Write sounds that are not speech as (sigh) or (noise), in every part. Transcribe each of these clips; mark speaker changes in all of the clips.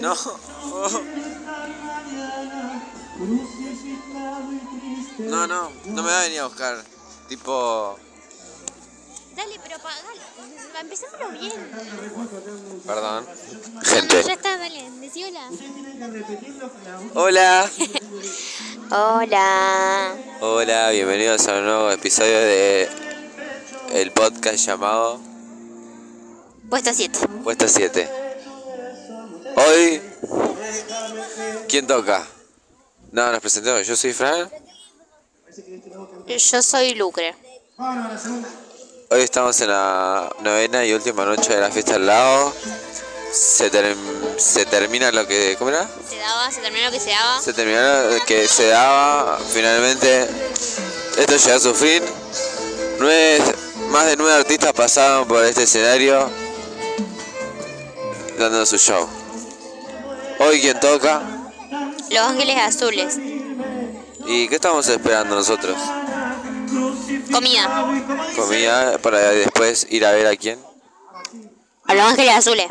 Speaker 1: No. No, no, no me va a venir a buscar. Tipo,
Speaker 2: Dale, pero pagalo. Empezámoslo bien.
Speaker 1: perdón.
Speaker 2: No,
Speaker 1: Gente.
Speaker 2: no, ya está, dale. Decí hola.
Speaker 1: Hola.
Speaker 2: Hola.
Speaker 1: Hola, bienvenidos a un nuevo episodio de el podcast llamado
Speaker 2: Puesto 7.
Speaker 1: Puesto 7. Hoy, ¿quién toca? No, nos presentemos. Yo soy Fran.
Speaker 2: Yo soy Lucre.
Speaker 1: Hoy estamos en la novena y última noche de la fiesta del lago. Se, term- se termina lo que. ¿Cómo era?
Speaker 2: Se daba, se terminó lo que se daba.
Speaker 1: Se terminó lo que se daba. Finalmente, esto llegó a su fin. Nueve, más de nueve artistas pasaron por este escenario dando su show. Hoy, quien toca?
Speaker 2: Los Ángeles Azules.
Speaker 1: ¿Y qué estamos esperando nosotros?
Speaker 2: Comida.
Speaker 1: Comida para después ir a ver a quién.
Speaker 2: A Los Ángeles Azules.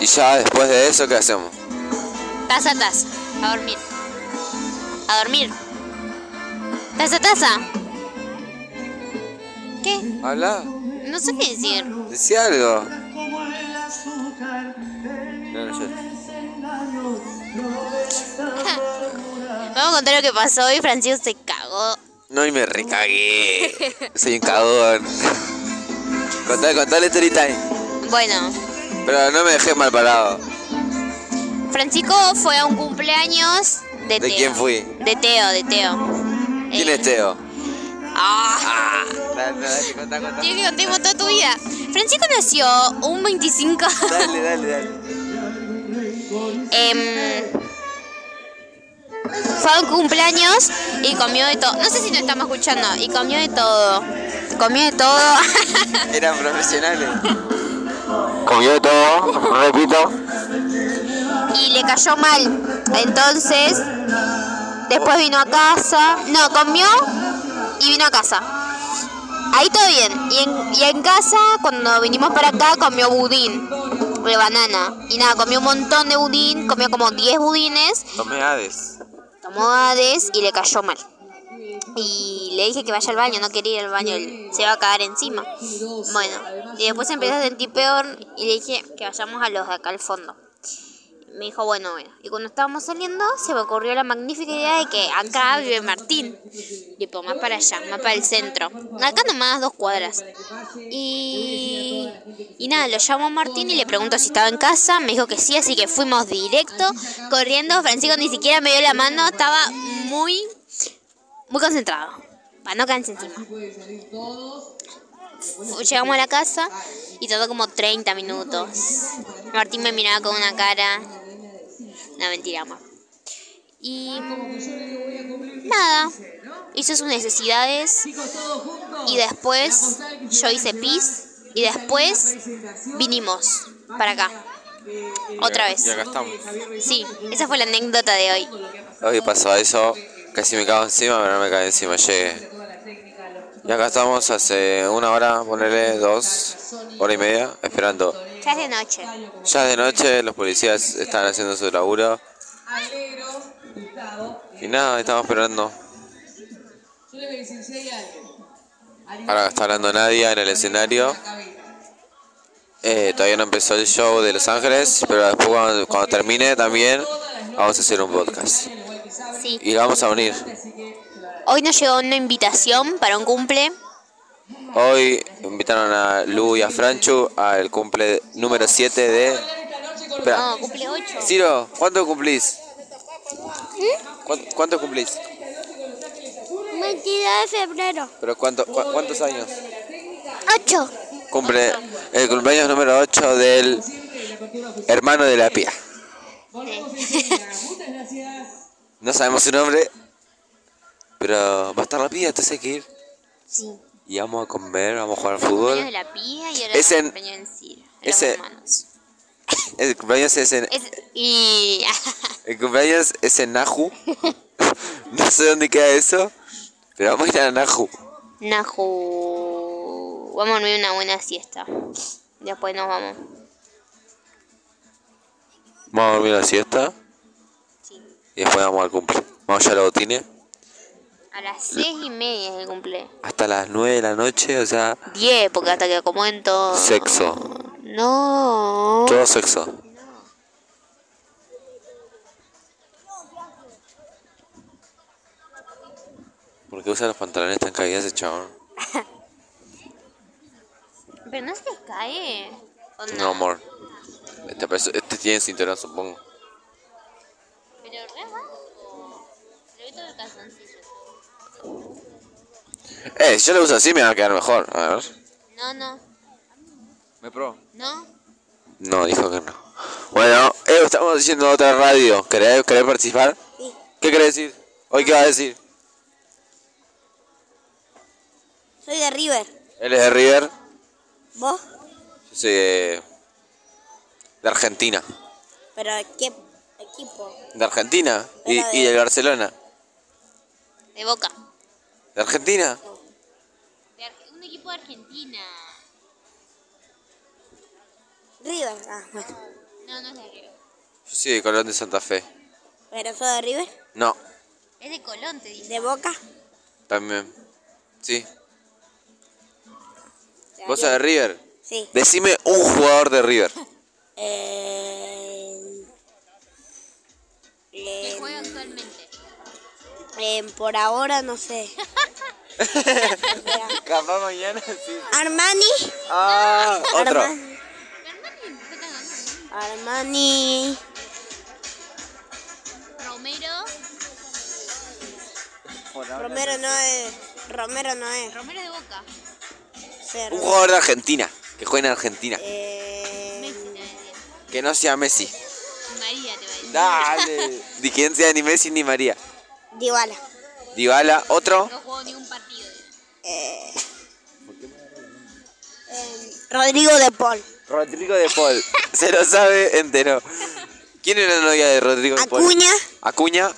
Speaker 1: Y ya después de eso, ¿qué hacemos?
Speaker 2: Taza, taza. A dormir. A dormir. Taza, taza. ¿Qué?
Speaker 1: Habla,
Speaker 2: No sé qué decir. (laughs)
Speaker 1: decí algo. No, no, yo-
Speaker 2: Vamos a contar lo que pasó hoy. Francisco se cagó.
Speaker 1: No, y me recagué. Soy un cagón. Contale, contale story time.
Speaker 2: Bueno,
Speaker 1: Pero no me dejé mal parado.
Speaker 2: Francisco fue a un cumpleaños de,
Speaker 1: ¿De
Speaker 2: Teo.
Speaker 1: quién fui?
Speaker 2: De Teo, de Teo.
Speaker 1: ¿Quién
Speaker 2: Eh,
Speaker 1: es Teo?
Speaker 2: ah,
Speaker 1: Dale, dale, contá, contá.
Speaker 2: tiene que contar toda tu vida. Francisco nació un 25.
Speaker 1: Dale, dale, dale.
Speaker 2: em, fue a un cumpleaños y comió de todo. No sé si nos estamos escuchando. Y comió de todo. Comió de todo. (laughs)
Speaker 1: Eran profesionales.
Speaker 3: Comió de todo, repito.
Speaker 2: y le cayó mal. Entonces, después vino a casa. No, comió y vino a casa. Ahí todo bien. Y en, y en casa, cuando vinimos para acá, comió budín de banana. Y nada, comió un montón de budín, comió como 10 budines,
Speaker 1: Tomé Hades.
Speaker 2: tomó Hades y le cayó mal. Y le dije que vaya al baño, no quería ir al baño, él se va a caer encima. Bueno, y después empezó a sentir peor y le dije que vayamos a los de acá al fondo. Me dijo, bueno, bueno. Y cuando estábamos saliendo, se me ocurrió la magnífica idea de que acá vive Martín. Tipo, más para allá, más para el centro. Acá nomás dos cuadras. Y, y nada, lo llamo a Martín y le pregunto si estaba en casa. Me dijo que sí, así que fuimos directo, corriendo. Francisco ni siquiera me dio la mano, estaba muy, muy concentrado. Para no caerse encima. Fu- Llegamos a la casa y tardó como 30 minutos. Martín me miraba con una cara. No, mentira, amor. Y. mm, Nada. Hizo sus necesidades. Y después yo hice pis. Y después vinimos para acá. Otra vez.
Speaker 1: Y acá estamos.
Speaker 2: Sí, esa fue la anécdota de hoy.
Speaker 1: Hoy pasó eso. Casi me cago encima, pero no me caí encima. Llegué. Y acá estamos hace una hora, ponele dos, hora y media, esperando.
Speaker 2: Ya es de noche.
Speaker 1: Ya es de noche, los policías están haciendo su laburo. Y nada, estamos esperando. Ahora está hablando Nadia en el escenario. Eh, todavía no empezó el show de Los Ángeles, pero después cuando, cuando termine también vamos a hacer un podcast.
Speaker 2: Sí.
Speaker 1: Y vamos a unir.
Speaker 2: Hoy nos llegó una invitación para un cumple.
Speaker 1: Hoy invitaron a Lu y a Franchu al cumple número 7 de... Espera.
Speaker 2: No, Ah, cumple 8.
Speaker 1: Ciro, ¿cuánto cumplís?
Speaker 2: ¿Mm?
Speaker 1: ¿Cuán- ¿Cuánto cumplís?
Speaker 2: 22 de febrero.
Speaker 1: ¿Pero cuánto, cua- cuántos años?
Speaker 2: 8.
Speaker 1: Cumple el cumpleaños número 8 del hermano de la pía. No sabemos su nombre, pero va a estar la pía, entonces hay que ir.
Speaker 2: Sí.
Speaker 1: Y vamos a comer, vamos a jugar al
Speaker 2: Compañeros de
Speaker 1: fútbol.
Speaker 2: la pía y ahora
Speaker 1: Es en-
Speaker 2: compañeros en Ciro.
Speaker 1: es
Speaker 2: Los
Speaker 1: en-
Speaker 2: hermanos.
Speaker 1: El cumpleaños es en,
Speaker 2: Es- y. (laughs)
Speaker 1: el cumpleaños es en Naju. (laughs) No sé dónde queda eso, pero vamos a ir a Naju.
Speaker 2: Naju. Vamos a dormir una buena siesta. Después nos vamos.
Speaker 1: Vamos a dormir la siesta
Speaker 2: Sí.
Speaker 1: y después vamos al cumple. Vamos ya a la botina.
Speaker 2: A las seis y media es el cumple.
Speaker 1: Hasta las 9 de la noche, o sea,
Speaker 2: Diez, porque hasta que acomoden todo.
Speaker 1: sexo.
Speaker 2: No.
Speaker 1: Todo sexo. ¿Por qué usa los pantalones tan caídos ese chabón?
Speaker 2: Pero no se les cae. ¿O
Speaker 1: No, amor. Este, parece- este tiene cinturón, supongo.
Speaker 2: Pero re bajo. Se le ve todo el calzoncillo.
Speaker 1: Eh, si yo lo uso así me va a quedar mejor. A ver.
Speaker 2: No, no.
Speaker 1: ¿Me pro?
Speaker 2: No.
Speaker 1: No, dijo que no. Bueno, eh, estamos diciendo otra radio. ¿Querés, querés participar?
Speaker 2: Sí.
Speaker 1: ¿Qué querés decir? ¿Hoy qué vas a decir?
Speaker 2: Soy de River.
Speaker 1: Él es de River.
Speaker 4: ¿Vos?
Speaker 1: Yo soy de... De Argentina.
Speaker 4: ¿Pero qué equipo?
Speaker 1: ¿De Argentina? Y,
Speaker 4: Pero de-
Speaker 1: y del Barcelona.
Speaker 2: De Boca.
Speaker 1: ¿De Argentina?
Speaker 2: De Arge- un equipo de Argentina.
Speaker 4: River. Ah, bueno.
Speaker 2: No, no es de River.
Speaker 1: Yo soy de Colón de Santa Fe.
Speaker 4: ¿Pero soy de River?
Speaker 1: No,
Speaker 2: Es de Colón, te dije.
Speaker 4: ¿De Boca?
Speaker 1: también. Sí.
Speaker 4: ¿De
Speaker 1: ¿Vos sos de River?
Speaker 4: Sí.
Speaker 1: Decime un jugador de River.
Speaker 4: Eh,
Speaker 2: Que
Speaker 4: eh,
Speaker 2: juega actualmente.
Speaker 4: eh, por ahora no sé.
Speaker 1: (laughs)
Speaker 2: (laughs)
Speaker 1: Capaz mañana, sí.
Speaker 4: Armani.
Speaker 1: Ah, otro.
Speaker 4: Armani. Armani.
Speaker 2: Romero.
Speaker 4: Romero no es. Romero no es.
Speaker 2: Romero de Boca.
Speaker 4: Sí,
Speaker 1: Un
Speaker 4: Romero.
Speaker 1: jugador de Argentina. Que juegue en Argentina.
Speaker 4: Eh,
Speaker 2: Messi te va a decir.
Speaker 1: Que no sea Messi.
Speaker 2: María te va a decir.
Speaker 1: Dale. (laughs) Ni quien sea ni Messi ni María.
Speaker 4: Dybala.
Speaker 1: Dybala, otro.
Speaker 2: No jugó ni un partido.
Speaker 4: Eh, eh, Rodrigo de Paul.
Speaker 1: Rodrigo de Paul. Se lo sabe entero. ¿Quién era la novia de Rodrigo de Paul?
Speaker 4: Acuña.
Speaker 1: Acuña.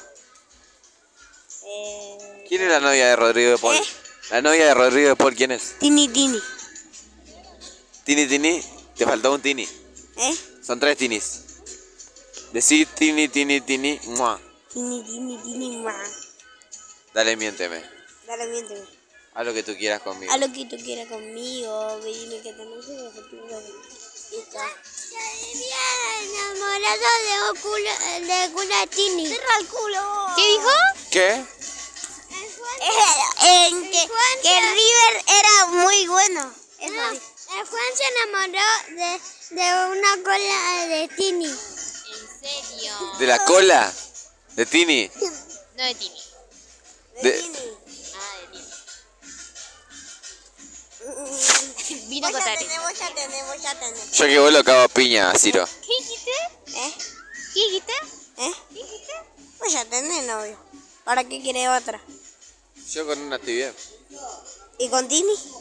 Speaker 4: Eh,
Speaker 1: ¿Quién era la novia de Rodrigo de Paul?
Speaker 4: ¿Eh?
Speaker 1: La novia de Rodrigo de Paul, ¿quién es?
Speaker 4: tini Tini.
Speaker 1: Tini Tini. Te faltó un Tini.
Speaker 4: ¿Eh?
Speaker 1: Son tres Tinis. Decí Tini Tini Tini. Mua.
Speaker 4: Tini Tini Tini más.
Speaker 1: Dale, miénteme.
Speaker 4: Dale, miénteme.
Speaker 1: Haz lo que tú quieras conmigo.
Speaker 4: Haz lo que tú quieras conmigo, ve, dime que te enojes, que te enojes. Y está.
Speaker 5: enamorado de, culo, de Culatini. ¡Cerra el culo!
Speaker 2: ¿Qué dijo?
Speaker 1: ¿Qué?
Speaker 4: Eh, (laughs) en que,
Speaker 5: Juan
Speaker 4: que
Speaker 5: se-
Speaker 4: River era muy bueno. Eso
Speaker 5: No,
Speaker 4: dijo.
Speaker 5: el Juan se enamoró de, de una cola de Tini.
Speaker 2: En serio.
Speaker 1: ¿De la cola? ¿De Tini?
Speaker 2: No de Timmy.
Speaker 1: De-
Speaker 2: Ah, de (laughs) Timmy. Vino
Speaker 4: Ya
Speaker 2: con Tati.
Speaker 4: tenemos, ya tenemos, ya tenemos.
Speaker 1: Yo que vos lo cago a piña, Ciro.
Speaker 2: ¿Qué dijiste?
Speaker 4: ¿Eh?
Speaker 2: ¿Qué dijiste?
Speaker 4: ¿Eh? Pues ya tenés novio. ¿Para qué quiere otra?
Speaker 1: Yo con una estoy bien.
Speaker 4: ¿Y con Tini? (laughs)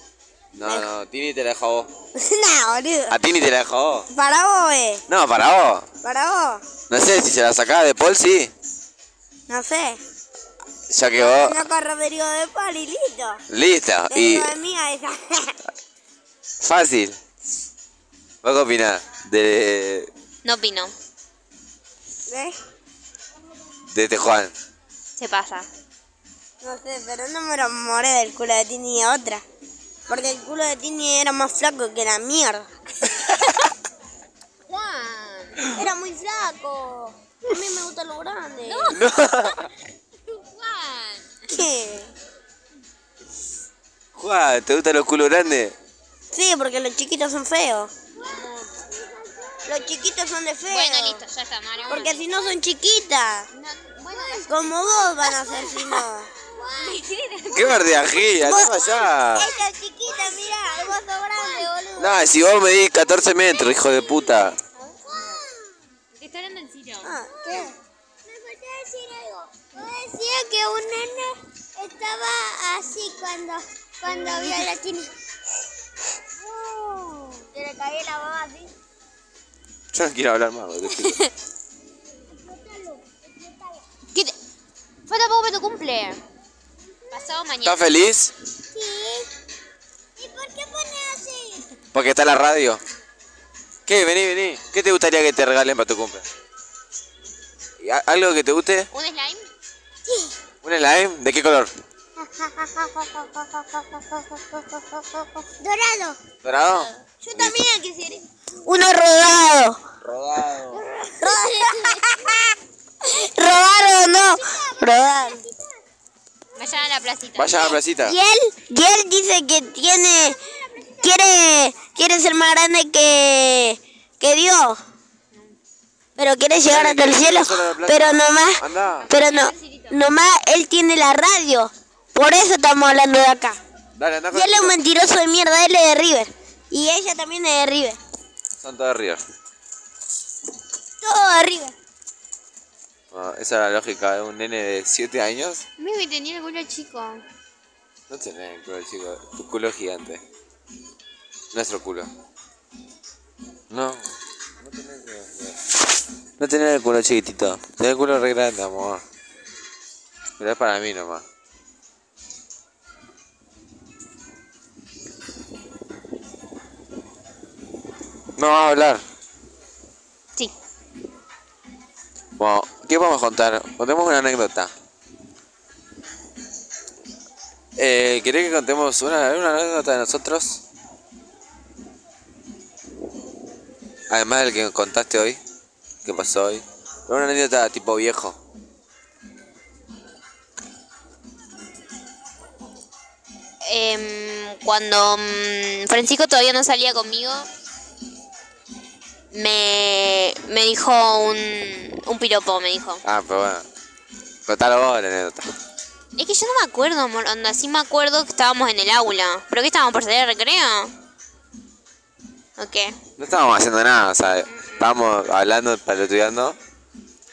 Speaker 1: No, no, Tini te la dejo a vos.
Speaker 4: nah, boludo.
Speaker 1: ¿A Tini te la dejo a vos?
Speaker 4: Para vos, eh.
Speaker 1: No, para vos.
Speaker 4: Para vos.
Speaker 1: No sé, si se la sacaba de Paul, sí.
Speaker 4: No sé.
Speaker 1: Ya que vos...
Speaker 4: No con Rodrigo de Paul y listo.
Speaker 1: Listo. Ah. Y
Speaker 4: Tengo de mía esa.
Speaker 1: fácil. ¿Vos qué opinás de,
Speaker 2: No opino.
Speaker 4: (laughs) ¿Ves?
Speaker 1: de este Juan? (laughs)
Speaker 2: Se pasa.
Speaker 4: No sé, pero no me enamoré del culo de Tini y de otra. Porque el culo de Tini era más flaco que la mierda.
Speaker 2: Juan.
Speaker 4: (clears throat) Era muy flaco. A mí me gusta lo grande.
Speaker 1: No.
Speaker 2: Juan.
Speaker 4: ¿Qué?
Speaker 1: Juan, ¿te gustan los culos grandes?
Speaker 4: Sí, porque los chiquitos son feos. Los chiquitos son de feo.
Speaker 2: Bueno, listo, ya está. No haremos
Speaker 4: Porque
Speaker 2: más.
Speaker 4: si no son chiquitas.
Speaker 2: No, bueno,
Speaker 4: Como vos van a ser si no.
Speaker 1: ¡Qué verdeajilla! ¡Qué allá!
Speaker 4: Ella es chiquita, mirá. Vos sos grande, boludo.
Speaker 1: No, si vos medís 14 metros, hijo de puta.
Speaker 2: te está hablando en serio.
Speaker 4: Ah, ¿qué?
Speaker 5: Me faltó decir algo. Yo decía que un nene estaba así cuando, cuando vio a la Tini. Se le caía la baba así.
Speaker 1: Yo no quiero hablar más. boludo.
Speaker 2: ¿Qué te... Falta poco para tu cumple. Pasado mañana.
Speaker 1: ¿Estás feliz?
Speaker 5: Sí. ¿Y por qué pone así?
Speaker 1: Porque está la radio. ¿Qué? Vení, vení. ¿Qué te gustaría que te regalen para tu cumple? ¿Y a- ¿Algo que te guste?
Speaker 2: ¿Un slime?
Speaker 5: Sí.
Speaker 1: ¿Un slime? ¿De qué color?
Speaker 5: Dorado.
Speaker 1: ¿Dorado?
Speaker 5: Yo también la quisiera.
Speaker 4: Uno rodado. (laughs)
Speaker 1: Rodado.
Speaker 4: Rodado no. Rodado.
Speaker 2: Vayan a la placita.
Speaker 1: Vaya a la placita.
Speaker 4: Y él, y él dice que tiene, quiere, quiere ser más grande que, que Dios. Pero quiere llegar hasta el cielo. Pero nomás,
Speaker 1: Anda,
Speaker 4: pero no, nomás él tiene la radio. Por eso estamos hablando de acá.
Speaker 1: dale, anda
Speaker 4: Y
Speaker 1: con
Speaker 4: él es un mentiroso de mierda, él es de River. Y ella también es de River.
Speaker 1: Son todos ríos.
Speaker 4: Todo de River.
Speaker 1: Bueno, Ah, esa es la lógica de un nene de 7 años.
Speaker 2: Mira que tenía el culo chico.
Speaker 1: No tenés culo, chico. Tu culo es gigante. Nuestro culo. No. No tenés culo. No tenés el culo chiquitito. Tenés el culo re grande, amor. Pero es para mí nomás. No vas a hablar.
Speaker 2: Sí.
Speaker 1: Bueno, ¿qué vamos a contar? Contemos una anécdota. Eh, ¿Querés que contemos una, una anécdota de nosotros? Además del que contaste hoy, que pasó hoy. Pero una anécdota tipo viejo.
Speaker 2: Em, cuando mm, Francisco todavía no salía conmigo, me, me dijo un, un piropo, me dijo.
Speaker 1: Ah, pero bueno. Contalo vos la anécdota.
Speaker 2: Es que yo no me acuerdo, amor. Onda, sí me acuerdo que estábamos en el aula. ¿Pero qué estábamos por salir de recreo? ¿O qué?
Speaker 1: No estábamos haciendo nada, o sea, estábamos hablando, paloteando.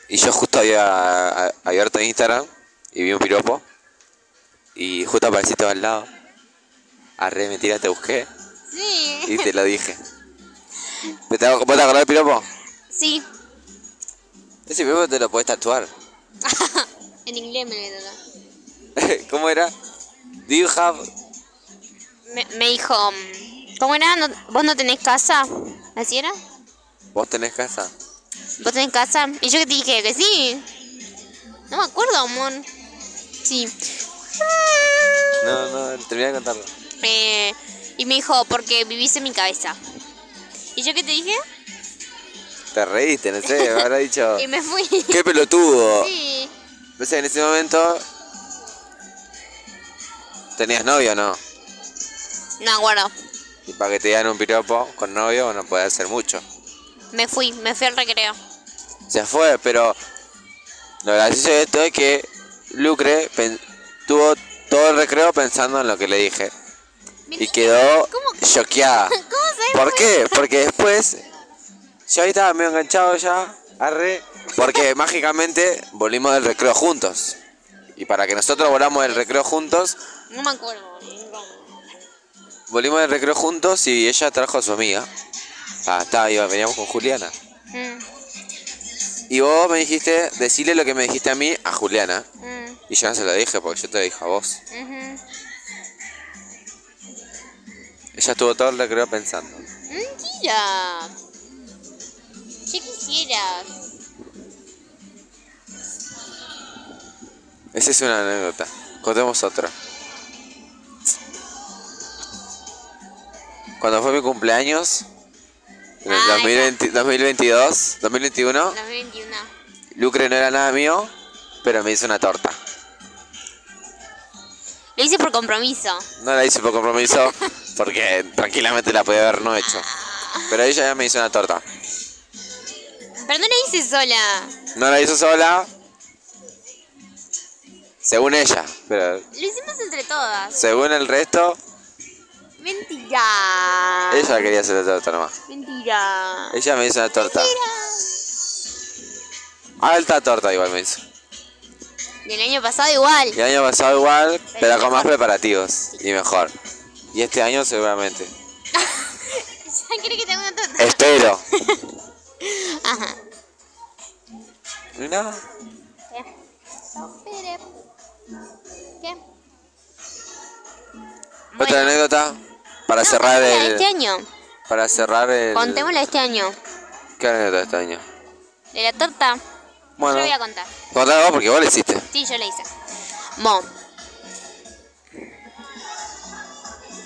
Speaker 1: Y yo justo había a- abierto Instagram y vi un piropo. Y justo apareciste al lado. Arre, mentira, te busqué
Speaker 2: Sí.
Speaker 1: y te lo dije. ¿Te, te, ¿Vos te acordás del piropo?
Speaker 2: Sí.
Speaker 1: Ese piropo te lo podés tatuar.
Speaker 2: (laughs)
Speaker 1: (laughs)
Speaker 2: en inglés me lo tocó.
Speaker 1: ¿Cómo era? Do you have...
Speaker 2: Me, me dijo, mm, ¿cómo era? No- ¿Vos no tenés casa? ¿Así era?
Speaker 1: ¿Vos tenés casa?
Speaker 2: ¿Vos tenés Pues casa? Y yo que te dije que sí. No me acuerdo, amor. Sí.
Speaker 1: No, no, terminé de contarlo.
Speaker 2: Eh, y me dijo, porque vivís en mi cabeza. ¿Y yo qué te dije?
Speaker 1: Te reíste, no sé, me habrá
Speaker 2: (laughs)
Speaker 1: dicho...
Speaker 2: Y me fui.
Speaker 1: ¡Qué pelotudo!
Speaker 2: Sí.
Speaker 1: Entonces en ese momento... ¿Tenías novio o no?
Speaker 2: No, guardo.
Speaker 1: Y para que te digan un piropo con novio no puede hacer mucho.
Speaker 2: Me fui, me fui al recreo.
Speaker 1: Se fue, pero... Lo gracioso de esto es que Lucre pen- tuvo todo el recreo pensando en lo que le dije. Y quedó (laughs) choqueada.
Speaker 2: se
Speaker 1: ¿Por qué? Porque después yo ahí estaba medio enganchado ya, arre, porque (laughs) mágicamente volvimos del recreo juntos. Y para que nosotros volamos del recreo juntos,
Speaker 2: No me acuerdo.
Speaker 1: volvimos del recreo juntos y ella trajo a su amiga. Ah, está, iba, veníamos con Juliana.
Speaker 2: Mm,
Speaker 1: Y vos me dijiste, decirle lo que me dijiste a mí, a Juliana.
Speaker 2: mm,
Speaker 1: Y yo no se lo dije porque yo te lo dije a vos.
Speaker 2: ujú.
Speaker 1: Ella estuvo todo el recreo pensando.
Speaker 2: Mm, Mentira. ¿Qué quisieras?
Speaker 1: Esa es una anécdota. Contemos otra. Cuando fue mi cumpleaños, en el
Speaker 2: Ah,
Speaker 1: 2020 2022, 2021,
Speaker 2: 2021.
Speaker 1: Lucre no era nada mío, pero me hizo una torta.
Speaker 2: Lo hice por compromiso.
Speaker 1: No la hice por compromiso, porque tranquilamente la podía haber no hecho. Pero ella ya me hizo una torta.
Speaker 2: Pero no lo hice sola.
Speaker 1: No la hizo sola, según ella, pero
Speaker 2: Lo hicimos entre todas.
Speaker 1: según el resto,
Speaker 2: Mentira.
Speaker 1: ella quería hacer la torta nomás.
Speaker 2: Mentira.
Speaker 1: Ella me hizo una torta. Alta torta igual me hizo.
Speaker 2: Del año pasado igual.
Speaker 1: Y el año pasado igual, pero con más preparativos y mejor. Y este año seguramente.
Speaker 2: (laughs) ¿Ya quiere que te haga una torta?
Speaker 1: Espero.
Speaker 2: Ajá.
Speaker 1: Y nada.
Speaker 2: ¿Qué?
Speaker 1: Otra
Speaker 2: Bueno.
Speaker 1: anécdota para
Speaker 2: No,
Speaker 1: cerrar
Speaker 2: contémosla de Este
Speaker 1: el.
Speaker 2: año.
Speaker 1: Para cerrar el.
Speaker 2: Contémosla de este año.
Speaker 1: ¿Qué anécdota de este año?
Speaker 2: De la torta. Yo
Speaker 1: Bueno,
Speaker 2: lo voy a contar.
Speaker 1: contalo vos porque vos lo hiciste.
Speaker 2: Sí, yo le hice. Mo.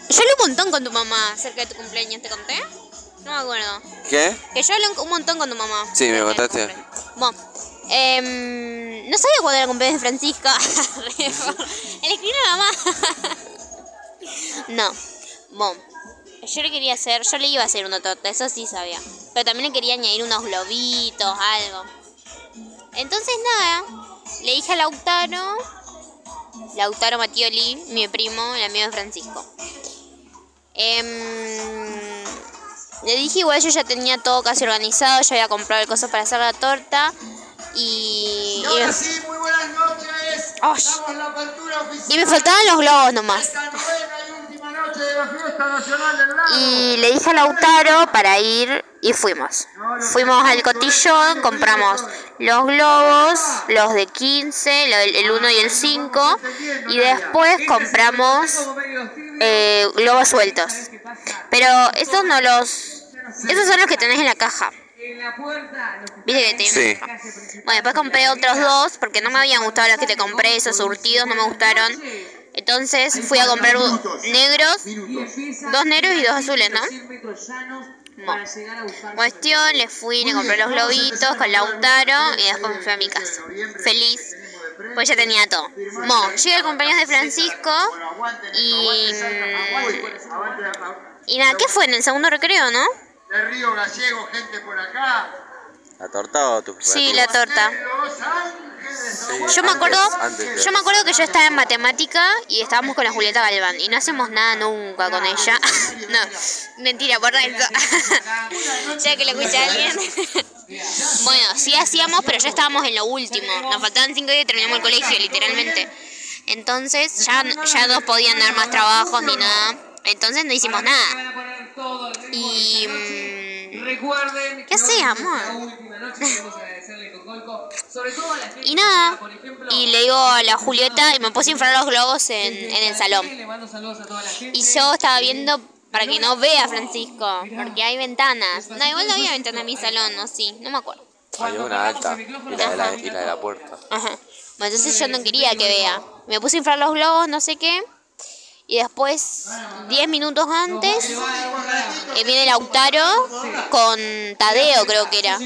Speaker 2: Yo hablé un montón con tu mamá acerca de tu cumpleaños, ¿te conté? No me acuerdo.
Speaker 1: ¿Qué?
Speaker 2: Que yo hablé un- un montón con tu mamá.
Speaker 1: Sí,
Speaker 2: acerca
Speaker 1: me
Speaker 2: de tu
Speaker 1: contaste.
Speaker 2: cumpleaños. Mo. em, no sabía cuándo era el cumpleaños de Francisca. (laughs) el escribir a la mamá. (laughs) no. Mo. Yo le quería hacer, yo le iba a hacer una torta, eso sí sabía. Pero también le quería añadir unos globitos, algo. Entonces nada, le dije a Lautaro, Lautaro Mattioli, mi primo, el amigo de Francisco. Em, le dije igual yo ya tenía todo casi organizado, ya había comprado el coso para hacer la torta y...
Speaker 6: Y
Speaker 2: y
Speaker 6: ahora
Speaker 2: me-
Speaker 6: sí, muy buenas noches.
Speaker 2: Ay.
Speaker 6: Damos la apertura
Speaker 2: y
Speaker 6: oficial
Speaker 2: me faltaban los globos
Speaker 6: de
Speaker 2: nomás.
Speaker 6: esta novena y última noche de la fiesta nacional del lago.
Speaker 2: Y le dije a Lautaro para ir y fuimos. Fuimos al cotillón, compramos los globos, los de 15, lo del- el 1 y el 5, y después compramos eh, globos sueltos. Pero estos no los... Esos son los que tenés en la caja. ¿Viste que tenés?
Speaker 1: Sí.
Speaker 2: Bueno, después compré otros dos porque no me habían gustado los que te compré, esos surtidos no me gustaron. Entonces fui a comprar un- negros, dos negros y dos azules, ¿no? Bueno. Cuestión, le fui, le compré los globitos con Lautaro y después me fui a mi casa. Feliz, pues ya tenía todo. Mo, llegué al cumpleaños de Francisco y...
Speaker 6: Aguante la-
Speaker 2: Y nada, ¿qué fue? En el segundo recreo, ¿no?
Speaker 6: De Río Gallego, gente por acá.
Speaker 1: ¿La torta o tu
Speaker 2: Sí, la torta.
Speaker 6: Los Ángeles.
Speaker 2: Yo me acuerdo,
Speaker 1: antes de-
Speaker 2: yo me acuerdo que yo estaba en matemática y estábamos con la Julieta Galván y no hacemos nada nunca con ella.
Speaker 1: Ah,
Speaker 2: (laughs) no, mentira, por eso. (laughs) ya que lo escucha alguien. (laughs) bueno, sí hacíamos, pero ya estábamos en lo último. Nos faltaban cinco días y terminamos el colegio, literalmente. Entonces ya, ya no podían dar más trabajos ni nada. Entonces no hicimos nada. Y... mm,
Speaker 7: Recuerden
Speaker 2: ¿Qué haces, amor? Y nada. Y le digo a la Julieta y me puse a inflar los globos en, en el salón. Y yo estaba viendo para que no vea a Francisco, porque hay ventanas. No, igual no había ventana en mi salón, no, sí, no me acuerdo.
Speaker 1: Hay una alta y la de la, y la de la puerta.
Speaker 2: Ajá. Bueno, entonces yo no quería que vea. Me puse a inflar los globos, no sé qué. Y después, 10 minutos antes, eh, viene Lautaro con Tadeo, creo que era.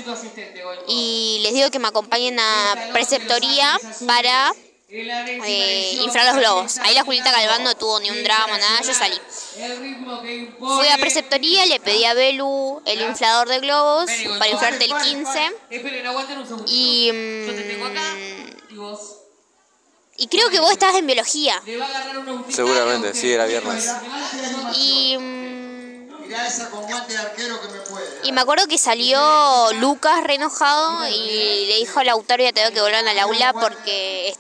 Speaker 2: Y les digo que me acompañen a preceptoría para eh, inflar los globos. Ahí la Julieta Galván no tuvo ni un drama, nada, yo salí. Fui a preceptoría, le pedí a Belu el inflador de
Speaker 7: Ah,
Speaker 2: globos para inflar del 15.
Speaker 7: Esperen, aguanten un segundo.
Speaker 2: Y,
Speaker 7: Yo te tengo acá
Speaker 2: mm,
Speaker 7: y vos
Speaker 2: y creo que vos estabas en biología.
Speaker 7: le va a agarrar una urticaria a
Speaker 1: Seguramente,
Speaker 7: usted.
Speaker 1: sí, era viernes.
Speaker 2: Y, mm,
Speaker 6: Mirá esa con guante de arquero que me puede.
Speaker 2: y me acuerdo que salió Lucas re enojado y le dijo al Lautaro y a Tadeo que volvieran al aula porque,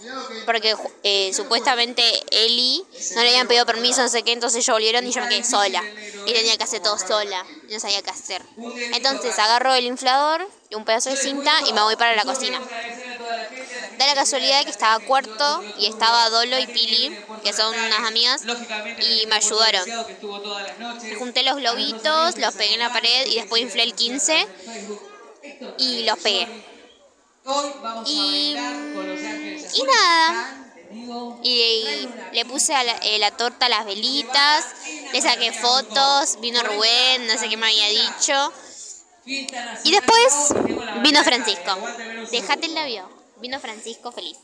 Speaker 2: porque eh, supuestamente Eli no le habían pedido permiso, no sé qué, entonces ellos volvieron y yo me quedé sola. Y tenía que hacer todo sola, y no sabía qué hacer. Entonces agarro el inflador y un pedazo de cinta y me voy para la cocina. Da la casualidad que estaba cuarto y estaba Dolo y Pili, que son unas amigas, y me ayudaron. Junté los globitos, los pegué en la pared y después inflé el 15 y los pegué. Y, mm, y nada. Y, le puse a la, eh, la torta las velitas, le saqué fotos, vino Rubén, no sé qué me había dicho. Y después vino Francisco. Dejate el labio. Vino Francisco feliz.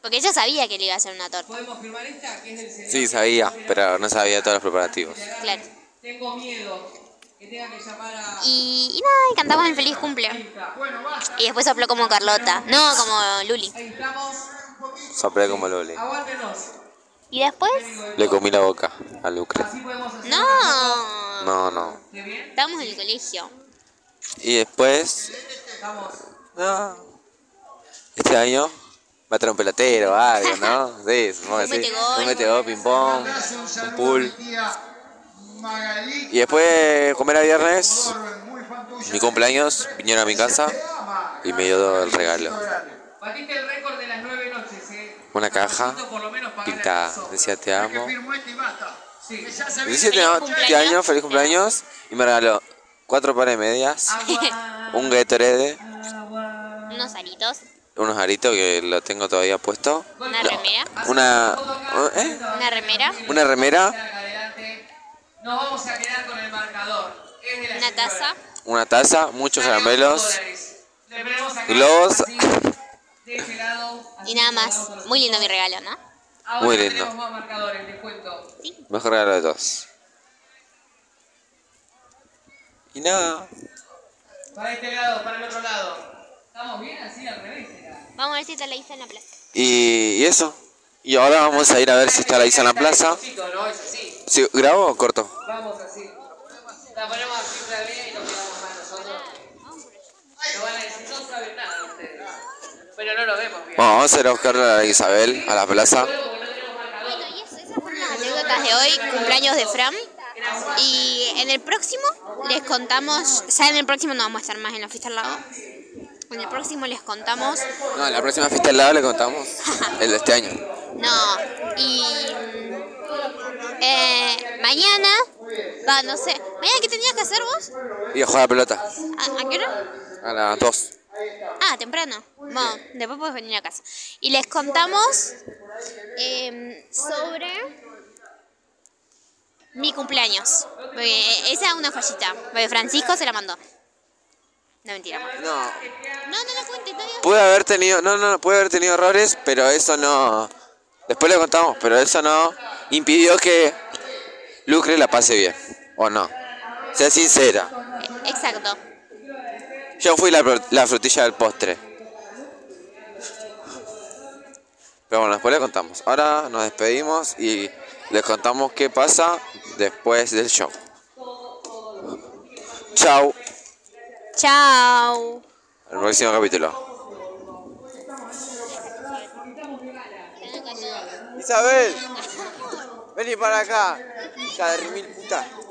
Speaker 2: Porque ella sabía que le iba a hacer una torta,
Speaker 1: Sí, sabía, pero no sabía todos los preparativos.
Speaker 2: claro. Y, y nada, y cantamos el feliz cumple. Y después sopló como Carlota. No, como Luli.
Speaker 1: Soplé como lo leí.
Speaker 2: Y después,
Speaker 1: Le comí la boca a Lucre.
Speaker 2: no.
Speaker 1: No, no.
Speaker 2: Estábamos en el colegio.
Speaker 1: Y después. No. Este año va a traer un pelotero, algo, ¿no? Sí, supongo que
Speaker 2: Un
Speaker 1: sí.
Speaker 2: metegol.
Speaker 1: Un metegol, ping-pong, un pool.
Speaker 6: Magalí,
Speaker 1: Y después, comer a viernes,
Speaker 6: muy fan tuyo.
Speaker 1: mi cumpleaños, vinieron a mi casa y me dio el regalo.
Speaker 7: Batiste el récord de las nueve noches, eh.
Speaker 1: Una caja
Speaker 7: Por lo menos pagar
Speaker 1: pintada. Decía te amo.
Speaker 6: Firmó este y basta. Que ya sabía-
Speaker 1: 17 años, feliz cumpleaños.
Speaker 2: (laughs)
Speaker 1: Y me regaló cuatro pares de medias, un Gatorade,
Speaker 2: Un unos aritos,
Speaker 1: Unos aritos que lo tengo todavía puesto.
Speaker 2: una remera,
Speaker 1: Una. ¿eh?
Speaker 2: una remera,
Speaker 1: Una remera,
Speaker 7: Adelante. Nos vamos a quedar con el marcador. Es de la
Speaker 2: una
Speaker 7: señora.
Speaker 2: taza,
Speaker 1: una taza, muchos
Speaker 7: Ganamos
Speaker 1: caramelos.
Speaker 7: dólares. Le ponemos acá,
Speaker 1: Globos.
Speaker 7: así, de este lado, así
Speaker 2: y nada
Speaker 7: que vamos a
Speaker 2: más.
Speaker 7: los-
Speaker 2: Muy lindo mi regalo, ¿no?
Speaker 7: Ahora
Speaker 1: Muy lindo.
Speaker 7: tenemos más marcadores, les cuento.
Speaker 1: Mejor regalo de todos. Y nada.
Speaker 7: Para este lado, para el otro lado. ¿Estamos bien? Así al revés era.
Speaker 2: Vamos a ver si está la Isa en la plaza.
Speaker 1: Y, y eso. Y ahora vamos a ir a ver si está la Isa en la plaza.
Speaker 7: Chicos, ¿no? Es así.
Speaker 1: ¿Sí, ¿Grabo o corto?
Speaker 7: Vamos así. La ponemos así una vez y nos quedamos más nosotros. No van a decir, no saben nada ustedes. Bueno, no lo vemos bien.
Speaker 1: Bueno, vamos a ir a buscar a Isabel a la plaza.
Speaker 2: Bueno, y eso, esas fueron las anécdotas de hoy, cumpleaños de Fran. Y en el próximo les contamos, ya en el próximo no vamos a estar más en la fiesta al lago. En el próximo les contamos,
Speaker 1: No, la próxima fiesta del lado le contamos. El de este año.
Speaker 2: no, y mm, eh, mañana, va, no sé, mañana qué tenías que hacer vos?
Speaker 1: Y a jugar a la pelota.
Speaker 2: ¿A, a qué hora?
Speaker 1: A las 2.
Speaker 2: Ah, temprano. Bueno, después puedes venir a casa. Y les contamos em, sobre mi cumpleaños. Porque esa es una joyita. Porque Francisco se la mandó. No mentira. amor.
Speaker 1: No.
Speaker 2: No, no la cuentes, no digas.
Speaker 1: Pude haber tenido, no, no, no, pude haber tenido errores, pero eso no. Después lo contamos, pero eso no impidió que Lucre la pase bien. ¿O no? Sea sincera.
Speaker 2: Eh, Exacto.
Speaker 1: Yo fui la, pro- la frutilla del postre. Pero bueno, después le contamos. Ahora nos despedimos y les contamos qué pasa después del show. Chau.
Speaker 2: Chao.
Speaker 1: Al próximo capítulo. Isabel, vení para acá. Hija de remil puta.